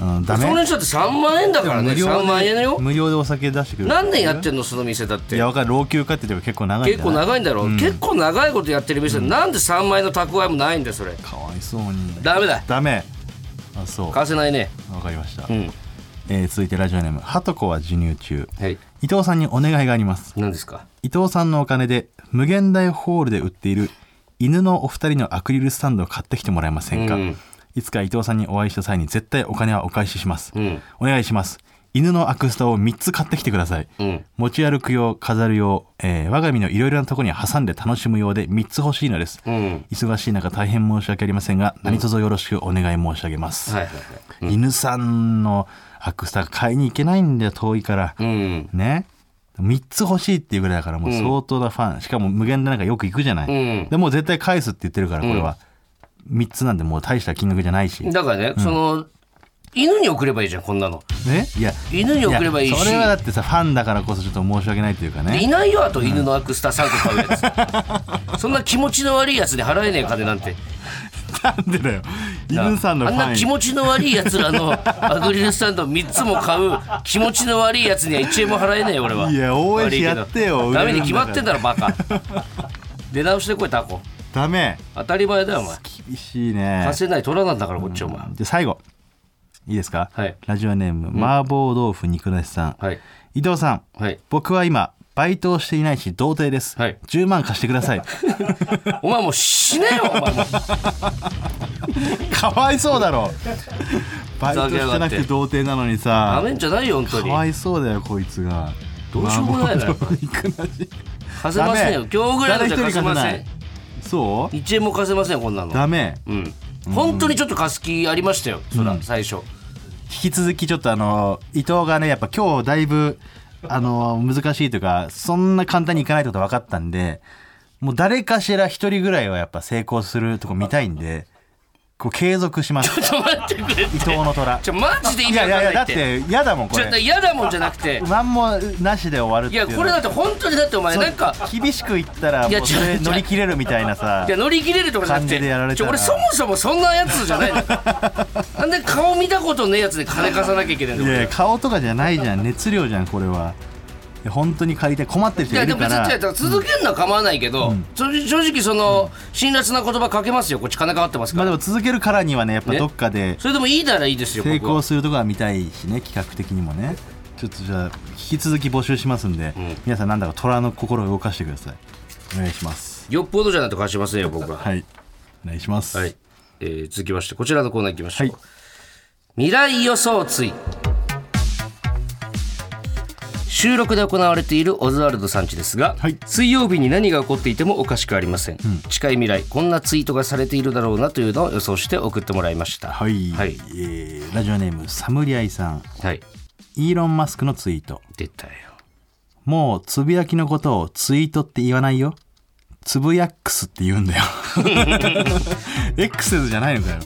うん、ダメその人だって3万円だからね無料で3万円よ無料でお酒出してくれる何年やってんのその店だっいてやわかる老朽化って言えば結構長いん結だ構長いんだろ、う結構長いことやってる店、なんで3万円の蓄えもないんだよそれかわいそうにダメだダメあそうわ貸せないねかりました、うんえー続いてラジオネームはとこは授乳中はい伊藤さんにお願いがあります何ですか伊藤さんのお金で無限大ホールで売っている犬のお二人のアクリルスタンドを買ってきてもらえませんか、うんいつか伊藤さんにお会いした際に絶対お金はお返しします、うんお願いします犬のアクスタを3つ買ってきてください、うん持ち歩く用飾る用、えー我が身のいろいろなとこに挟んで楽しむ用で3つ欲しいのです、うん忙しい中大変申し訳ありませんが何卒よろしくお願い申し上げます、はいはいはい犬さんのアクスタ買いに行けないんだよ遠いから、うんね3つ欲しいっていうぐらいだからもう相当なファン、しかも無限でなんかよく行くじゃない、うんでもう絶対返すって言ってるからこれは、3つなんでもう大した金額じゃないしだからね、その犬に送ればいいじゃんこんなのねいや犬に送ればいいしやそれはだってさファンだからこそちょっと申し訳ないというかでいねないよあと犬のアクスタ3個買うやつそんな気持ちの悪いやつで払えねえ金なんてなんでだよ犬さんのあフんなァン気持ちの悪いやつらのアクリルスタンド3つも買う気持ちの悪いやつには1円も払えねえよ俺はいや応援してやってよ悪いけどダメに売れる決んだまからってんだろバカ出直してこいタコダメ当たり前だよお前厳しいね貸せない取らなんだからこっちお前じゃあ最後いいですか、はいラジオネーム麻婆豆腐肉なしさん、はい伊藤さんはい僕は今バイトをしていないし童貞です、はい10万貸してくだ さいお前もう死ねよお前もうかわいそうだろバイトしてなくて童貞なのにダさメんじゃないよ本当かにわいそうだよこいつがどうしようもないな麻婆豆腐肉なし貸せませんよダメ今日ぐらいのじゃ貸せませ誰ん一人そう1円も貸せませんこんなのダメうん本当にちょっと貸す気ありましたよ、そら最初 引き続きちょっとあの伊藤がねやっぱ今日だいぶあの難しいというかそんな簡単にいかないってこと分かったんでもう誰かしら一人ぐらいはやっぱ成功するとこ見たいんでこう継続しますちょっと待ってくれ伊藤の虎ちょマジで意い味やわいやかいやんないだっってて嫌だもんこちょっとれ嫌だもんじゃなく て何もなしで終わるっいていうやのこれだって本当にだってお前なんか厳しく言ったらいやもうそれ違う違う乗り切れるみたいなさいや乗り切れるとかじゃなく感じでやらてれちたょら俺そもそもそんなや つじゃないのなんで顔見たことねえやつで金貸さなきゃいけないのいやい俺や顔とかじゃないじゃん熱量じゃんこれはいや本当に借りたい困ってるい人やいでるもか別にら違うだから続けるのは構わないけど、それ正直その辛辣な言葉かけますよこっち金かかってますまかあら、でも続けるからにはねやっぱねどっかでそれでもいいならいいですよ成僕は功するとこは見たいしね企画的にもねちょっとじゃあ引き続き募集しますんで、皆さんなんだか虎の心を動かしてくださいお願いしますよっぽどじゃないと貸しませんよ僕ははいお願いします、はい、えー続きましてこちらのコーナーいきましょう、はい未来予想追収録で行われているオズワルドさんちですが、はい水曜日に何が起こっていてもおかしくありません、近い未来こんなツイートがされているだろうなというのを予想して送ってもらいましたはいはい、えーラジオネームサムリアイさんはい、イーロン・マスクのツイート出たよもうつぶやきのことをツイートって言わないよつぶやっくすって言うんだ よ X じゃないのかよ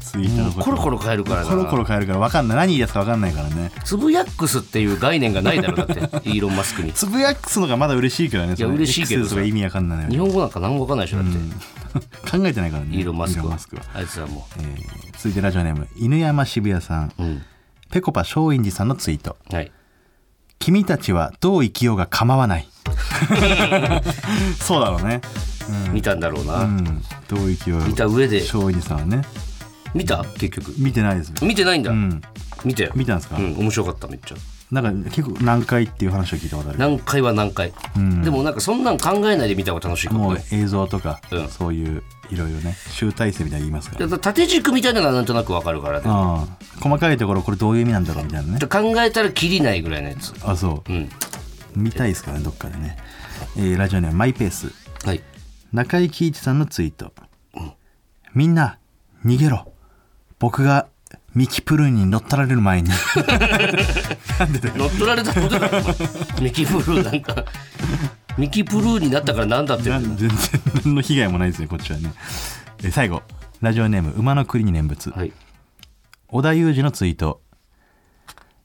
ツイートのことコロコロ変えるからなコロコロ変えるから分かんない何言い出すか分かんないからねつぶやっくすっていう概念がないだろうだって イーロン・マス クにつぶやくすのがまだ嬉しいけどねいや嬉しいけどさ意味わかんないの日よ本語なんか何も分かんないでしょだって、考えてないからねイーロン・マスクははあいつはもえー続いてラジオネーム犬山渋谷さん、ううんぺこぱ松陰寺さんのツイートはい「君たちはどう生きようが構わ ない」そうだろうね見たんだろうな、うんどう生きようが見た上で松陰寺さんはね見た結局見てないです見てないんだ、うん見たよ見たんですかうん面白かっためっちゃなんか結構難解っていう話を聞いたことある何回は何回、でもなんかそんなん考えないで見た方が楽しいかももうね映像とか、うんそういういろいろね集大成みたいなの言いますかだらから縦軸みたいなのがなんとなくわかるからねああ細かいところこれどういう意味なんだろうみたいなねで考えたらキリないぐらいのやつあそううん見たいですからねどっかでね、えーラジオネームマイペース はい中井貴一さんのツイート、みんな逃げろ僕がミキプルーンに乗っ取られる前に乗っ取られたことだよお前ミキブルーなんかミキプルーになったからなんだってな 全然何の被害もないですねこっちはねえ最後ラジオネーム馬の栗に念仏、はい織田裕二のツイート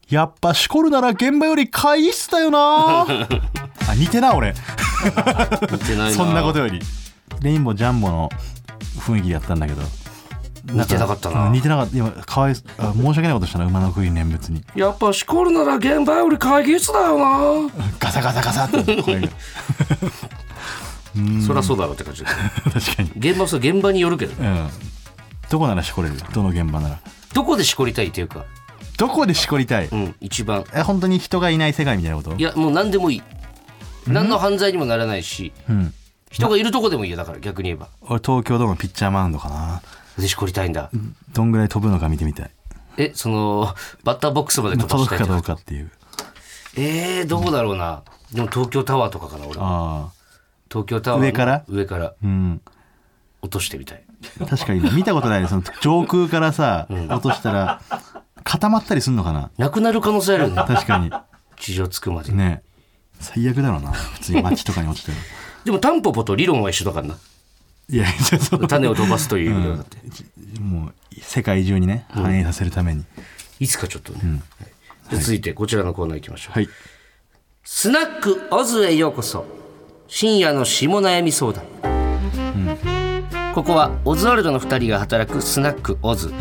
やっぱしこるなら現場より会議室だよ なあ似てな俺言ってないなそんなことよりレインボージャンボの雰囲気でやったんだけど似てなかったな似てなかった今かわいそうあ申し訳ないことしたな馬の栗に念 仏にやっぱしこるなら現場より会議室だよな、ガサガサガサって声が そりゃそうだろうって感じだけ確かにど現場はそう現場によるけどねうんどこならしこれるどの現場ならどこでしこりたいっていうかどこでしこりたい、うん一番え本当に人がいない世界みたいなこといやもう何でもいい何の犯罪にもならないしうん、人がいるとこでもいいよだから逆に言えば俺東京ドームピッチャーマウンドかなでしこりたいんだどんぐらい飛ぶのか見てみたいえそのバッターボックスまで飛ばし届たくいっかてどうかっていうえー、どこだろうなでも東京タワーとかかな俺はあ東京タワーの上から上からあうん落としてみたい確かに見たことないねその上空からさ落としたら固まったりすんのかななくなる可能性あるよ ね確か地上着くまで、にね最悪だろうな普通に街とかに落ち てるでもタンポポと理論は一緒だからないやいやその種を飛ばすという意味ではだって、もう世界中にね反映させるために、いつかちょっとね、はいじゃあ続いてこちらのコーナー行きましょう、はいスナックオズへようこそ深夜の下悩み相談、ここはオズワルドの2人が働くスナックオズ、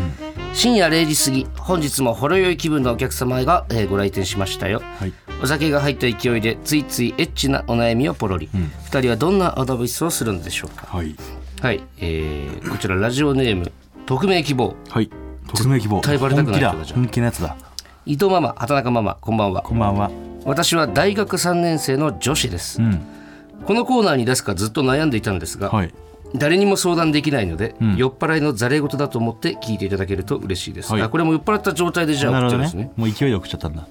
深夜0時過ぎ本日もほろ酔い気分のお客様が、えーご来店しましたよ、はいお酒が入った勢いでついついエッチなお悩みをポロリ、二2人はどんなアドバイスをするのでしょうかはいはい、えーこちらラジオネーム匿名希望はい匿名希望対バレたく本気だない人だじゃん本気のやつだ伊藤ママ畑中ママこんばんはこんばんは私は大学3年生の女子です、うんこのコーナーに出すかずっと悩んでいたんですが、はい誰にも相談できないので、酔っ払いのざれ事だと思って聞いていただけると嬉しいです、はいあこれも酔っ払った状態でじゃなある送っほちゃどうねんですねもう勢いで送っちゃったんだ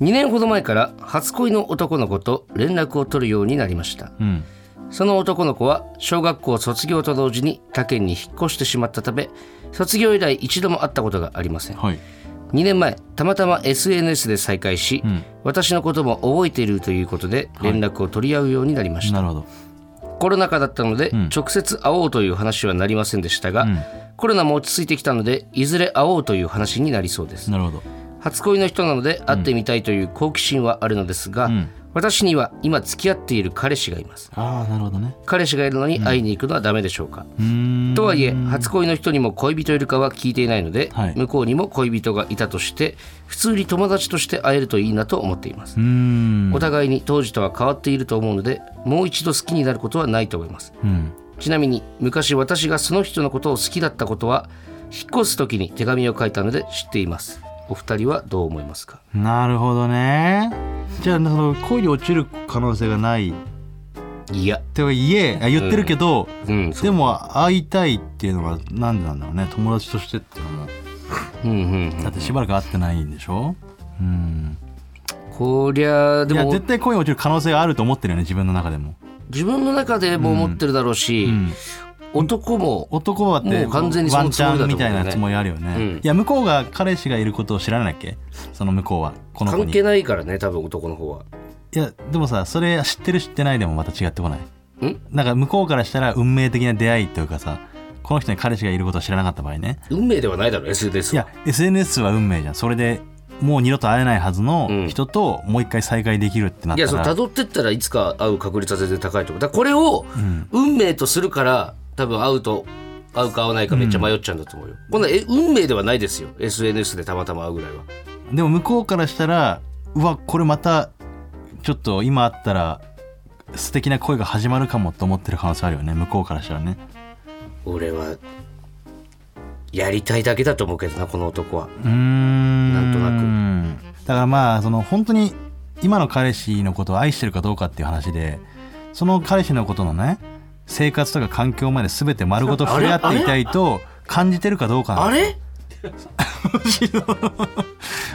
2年ほど前から初恋の男の子と連絡を取るようになりましたうんその男の子は小学校卒業と同時に他県に引っ越してしまったため卒業以来一度も会ったことがありませんはい2年前たまたま SNS で再会し、私のことも覚えているということで連絡を取り合うようになりましなた、るほどコロナ禍だったので、直接会おうという話はなりませんでしたが、コロナも落ち着いてきたのでいずれ会おうという話になりそうですなるほど初恋の人なので会ってみたいという好奇心はあるのですが、私には今付き合っている彼氏がいますああなるほどね彼氏がいるのに会いに行くのはダメでしょうか、うーんとはいえ初恋の人にも恋人いるかは聞いていないので、はい向こうにも恋人がいたとして普通に友達として会えるといいなと思っていますうーんお互いに当時とは変わっていると思うのでもう一度好きになることはないと思いますうんちなみに昔私がその人のことを好きだったことは引っ越す時に手紙を書いたので知っていますお二人はどう思いますかなるほどねじゃあその恋に落ちる可能性がないっいやて言えあ言ってるけど、うんそうでも会いたいっていうのがなんでなんだろうね友達としてっていうのもうんうんうんだってしばらく会ってないんでしょうんこりゃでいやも絶対恋に落ちる可能性があると思ってるよね自分の中でも、自分の中でも思ってるだろうし、うん、男も男はってもう完全にそワのンつチもりだと思うよねャンみたいなつもりあるよね、うんいや向こうが彼氏がいることを知らないっけその向こうはこの子関に係ないからね多分男の方はいやでもさそれ知ってる知ってないでもまた違ってこないんなんか向こうからしたら運命的な出会いというかさこの人に彼氏がいることを知らなかった場合ね運命ではないだろ SNS いはや SNS は運命じゃんそれでもう二度と会えないはずうんの人ともう一回再会できるってなっいやたそのら、辿ってったらいつか会う確率は全然高いと思うだからこれを運命とするから多分会うと会うか会わないかめっちゃ迷っちゃうんだと思うよ、こんなえ運命ではないですよ SNS でたまたま会うぐらいはでも向こうからしたらうわこれまたちょっと今会ったら素敵な恋が始まるかもと思ってる可能性あるよね向こうからしたらね俺はやりたいだけだと思うけどなこの男はうーんなんとなくだからまあその本当に今の彼氏のことを愛してるかどうかっていう話でその彼氏のことのね生活とか環境まで全て丸ごと触れ合っていたいと感じてるかどうかなあのれ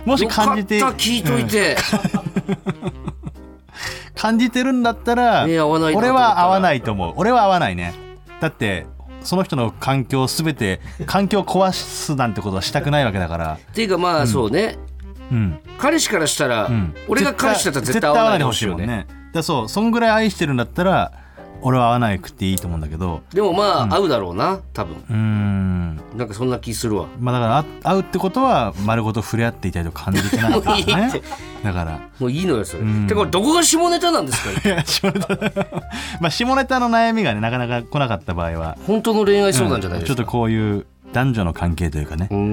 もしよか感ったじて聞いといて、感じてるんだった らね合わないなと思った ら俺は合わないと思う俺は合わないねだってその人の環境全て環境を壊すなんてことはしたくないわけだからっていうかまあそうね、うん彼氏からしたら、うん俺が彼氏だったら絶対会わないでほしいよね絶対会わないでほしいもんねらそうそんぐらい愛してるんだったら俺は会わなくていいと思うんだけどでもまあ合うだろうな多分うーんなんかそんな気するわまあだからあ会うってことは丸ごと触れ合っていたいと感じてないからもういいねってだから もういいのよそれんてかどこが下ネタなんですか 下ネタまあ下ネタの悩みがねなかなか来なかった場合は本当の恋愛相談じゃないですうんちょっとかこういう男女の関係というかねうーうん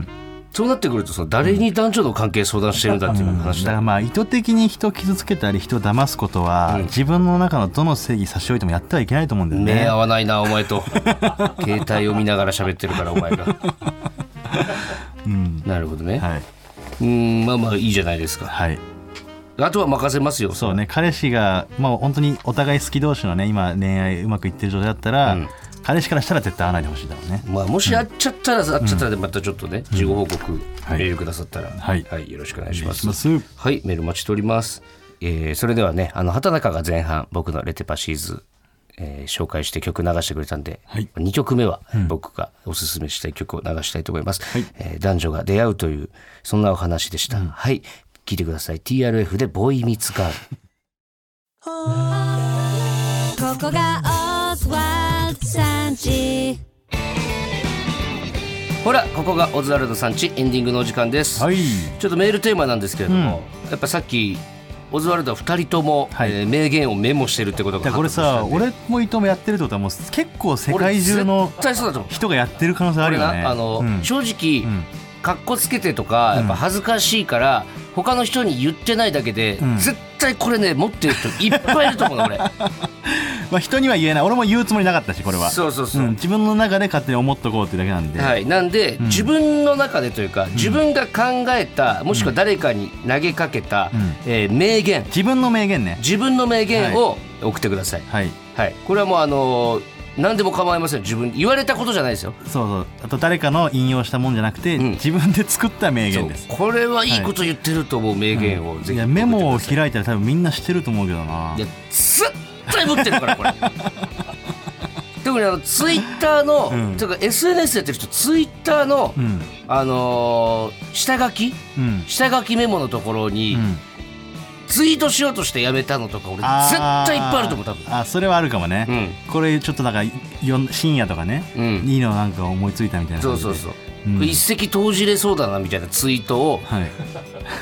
んそうなってくるとその誰に男女の関係相談してるんだっていう話だからだまあ意図的に人を傷つけたり人を騙すことは、うん自分の中のどの正義差し置いてもやってはいけないと思うんだよ 目ね合わないなお前と 携帯を見ながら喋ってるからお前が うんなるほどね、はい、うーんまあまあいいじゃないですかはい、あとは任せますよそうね彼氏がもう本当にお互い好き同士のね今恋愛うまくいってる状態だったら、うん彼氏からしたら絶対会わないでほしいだろうねまあ、もしあっちゃったら、あっちゃったらでまたちょっとね、事後報告メールくださったら、はいよろしくお願いします。お願いしますはい、メール待ちしております。えーそれではね、あの畑中が前半、僕のレテパシーズ、えー紹介して曲流してくれたんで、はい2曲目は僕がおすすめしたい曲を流したいと思います。えー男女が出会うという、そんなお話でした。はい、聞いてください。TRF でボーイミーツガール。ここがオズワルドさんちほら、ここがオズワルドさんち、エンディングのお時間です。はいちょっとメールテーマなんですけれども、やっぱさっきオズワルドは2人とも、はいえー名言をメモしてるってことだかがらこれさ発覚したんで俺も伊藤もやってるってことはもう結構世界中の俺絶対そうだと思う人がやってる可能性あるよこれねなあの、うん正直、うんかっこつけてとかやっぱ恥ずかしいから、他の人に言ってないだけで、ん絶対これね持ってる 人いっぱいいると思うの俺まあ、人には言えない俺も言うつもりなかったしこれはそうそうそう、ん、自分の中で勝手に思っとこうってだけなんで、はい、なんで、ん自分の中でというか自分が考えたもしくは誰かに投げかけた、うんえー名言自分の名言ね自分の名言を送ってくださいはいはい、これはもうあのー何でも構いません自分言われたことじゃないですよそうそうあと誰かの引用したもんじゃなくて、うん自分で作った名言ですそうこれはいいこと言ってると思う名言を、ぜいひやメモを開いたら多分みんな知ってると思うけどないや絶対持ってるからこれ特にあのツイッターの、うんというか SNS やってる人ツイッターの、うんあのー下書きうん下書きメモのところに、うんツイートしようとしてやめたのとか俺絶対いっぱいあると思う多分あーあそれはあるかもね、これちょっとなんかよん深夜とかね、うんうんいいのなんか思いついたみたいなそ感うじでそうそう、うん一石投じれそうだなみたいなツイートをはい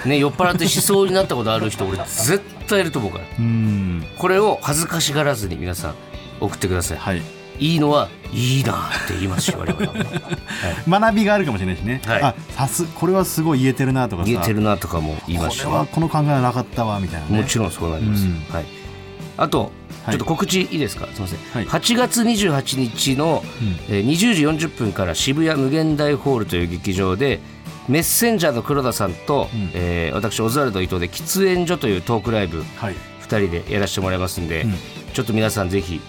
ね、酔っ払ってしそうになったことある人俺絶対いると思うからうんこれを恥ずかしがらずに皆さん送ってください、はいい、いのはいいなって言いますよ我 々は学びがあるかもしれないしね、はいあさすこれはすごい言えてるなとかさ言えてるなとかも言いこますしれはこの考えはなかったわみたいな、ね、もちろんそうなります、うんはい、あとはいちょっと告知いいですか、すみません、はい8月28日の、えー20時40分から渋谷無限大ホールという劇場でメッセンジャーの黒田さんと、んえー私オズワルド伊藤で喫煙所というトークライブはい2人でやらせてもらいますんで、うんちょっと皆さんぜひ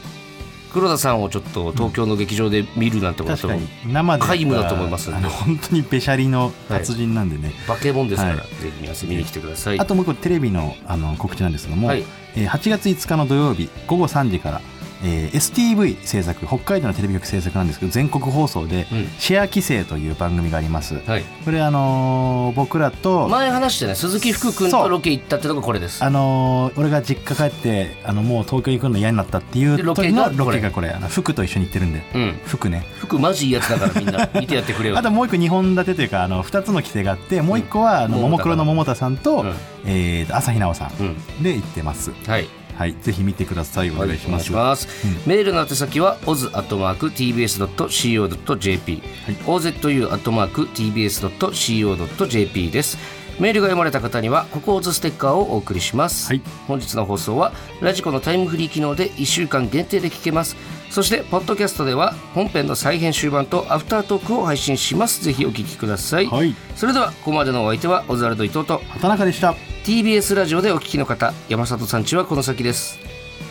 黒田さんをちょっと東京の劇場で見るなんてこと確も、かに生で皆無だと思いますんであの 本当にべしゃりの達人なんでね、バケモンですから、はぜひ皆さん見に来てくださいあともう一個テレビのあの告知なんですけども、はいえー8月5日の土曜日午後3時から、えー STV 制作北海道のテレビ局制作なんですけど全国放送でうん「シェア規制」という番組があります、はい、これあのー僕らと、前話してね鈴木福君そとうロケ行ったってのがこれですあのー俺が実家帰ってあのもう東京行くの嫌になったっていうでロケ時がのロケがこれあの服と一緒に行ってるんでうん服ね服マジいいやつだからみ んな見てやってくれよあともう一個2本立てというかあの2つの規定があってもう一個はあのうんももクロの桃田さんと,、うんえーと朝日奈央さんうんで行ってます、はいはい、ぜひ見てくださいお願いします、お願いしますメールの宛先は oz.tbs.co.jp、ozu.tbs.co.jp ですメールが読まれた方にはここオズステッカーをお送りします、はい本日の放送はラジコのタイムフリー機能で1週間限定で聞けますそしてポッドキャストでは本編の再編集版とアフタートークを配信しますぜひお聞きください、はいそれではここまでのお相手はオズワルド伊藤と畑中でした TBS ラジオでお聞きの方山里さんちはこの先です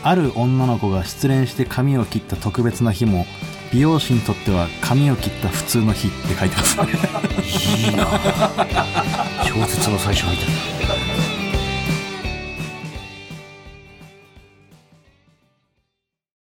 ある女の子が失恋して髪を切った特別な日も美容師にとっては髪を切った普通の日って書いてます いいな小説の最初みたいな